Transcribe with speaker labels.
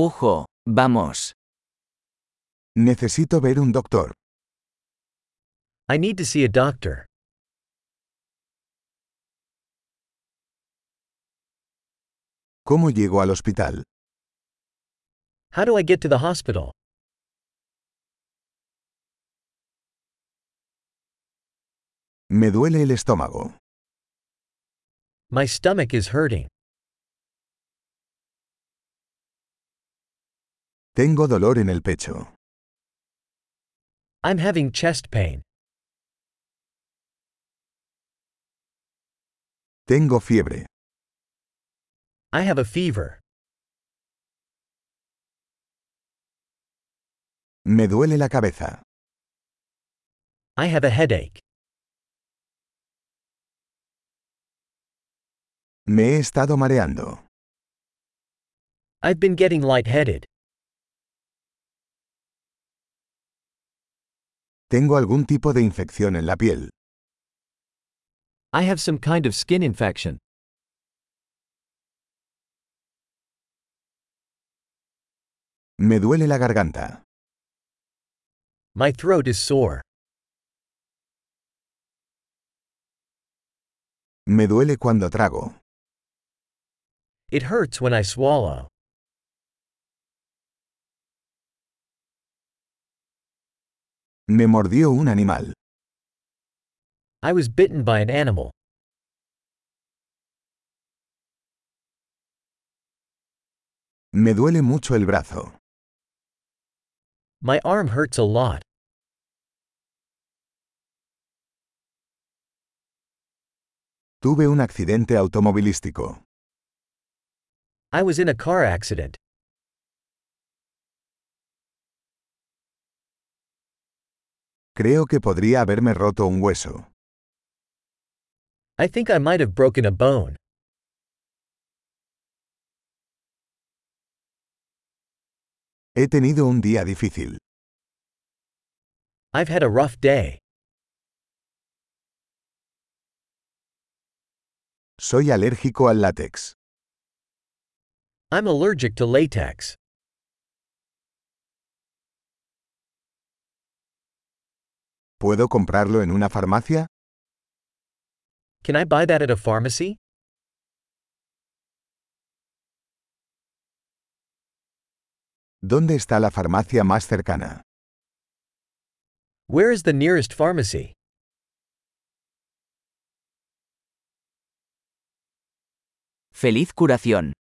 Speaker 1: Ujo, vamos.
Speaker 2: Necesito ver un doctor.
Speaker 3: I need to see a doctor.
Speaker 2: ¿Cómo llego al hospital?
Speaker 3: How do I get to the hospital?
Speaker 2: Me duele el estómago.
Speaker 3: My stomach is hurting.
Speaker 2: Tengo dolor en el pecho.
Speaker 3: I'm having chest pain.
Speaker 2: Tengo fiebre.
Speaker 3: I have a fever.
Speaker 2: Me duele la cabeza.
Speaker 3: I have a headache.
Speaker 2: Me he estado mareando.
Speaker 3: I've been getting lightheaded.
Speaker 2: Tengo algún tipo de infección en la piel.
Speaker 3: I have some kind of skin infection.
Speaker 2: Me duele la garganta.
Speaker 3: My throat is sore.
Speaker 2: Me duele cuando trago.
Speaker 3: It hurts when I swallow.
Speaker 2: Me mordió un animal.
Speaker 3: I was bitten by an animal.
Speaker 2: Me duele mucho el brazo.
Speaker 3: My arm hurts a lot.
Speaker 2: Tuve un accidente automovilístico.
Speaker 3: I was in a car accident.
Speaker 2: Creo que podría haberme roto un hueso.
Speaker 3: I think I might have broken a bone.
Speaker 2: He tenido un día difícil.
Speaker 3: I've had a rough day.
Speaker 2: Soy alérgico al látex.
Speaker 3: I'm allergic to latex.
Speaker 2: ¿Puedo comprarlo en una farmacia?
Speaker 3: Can I buy that at a pharmacy?
Speaker 2: ¿Dónde está la farmacia más cercana?
Speaker 3: Where is the nearest pharmacy?
Speaker 1: Feliz curación.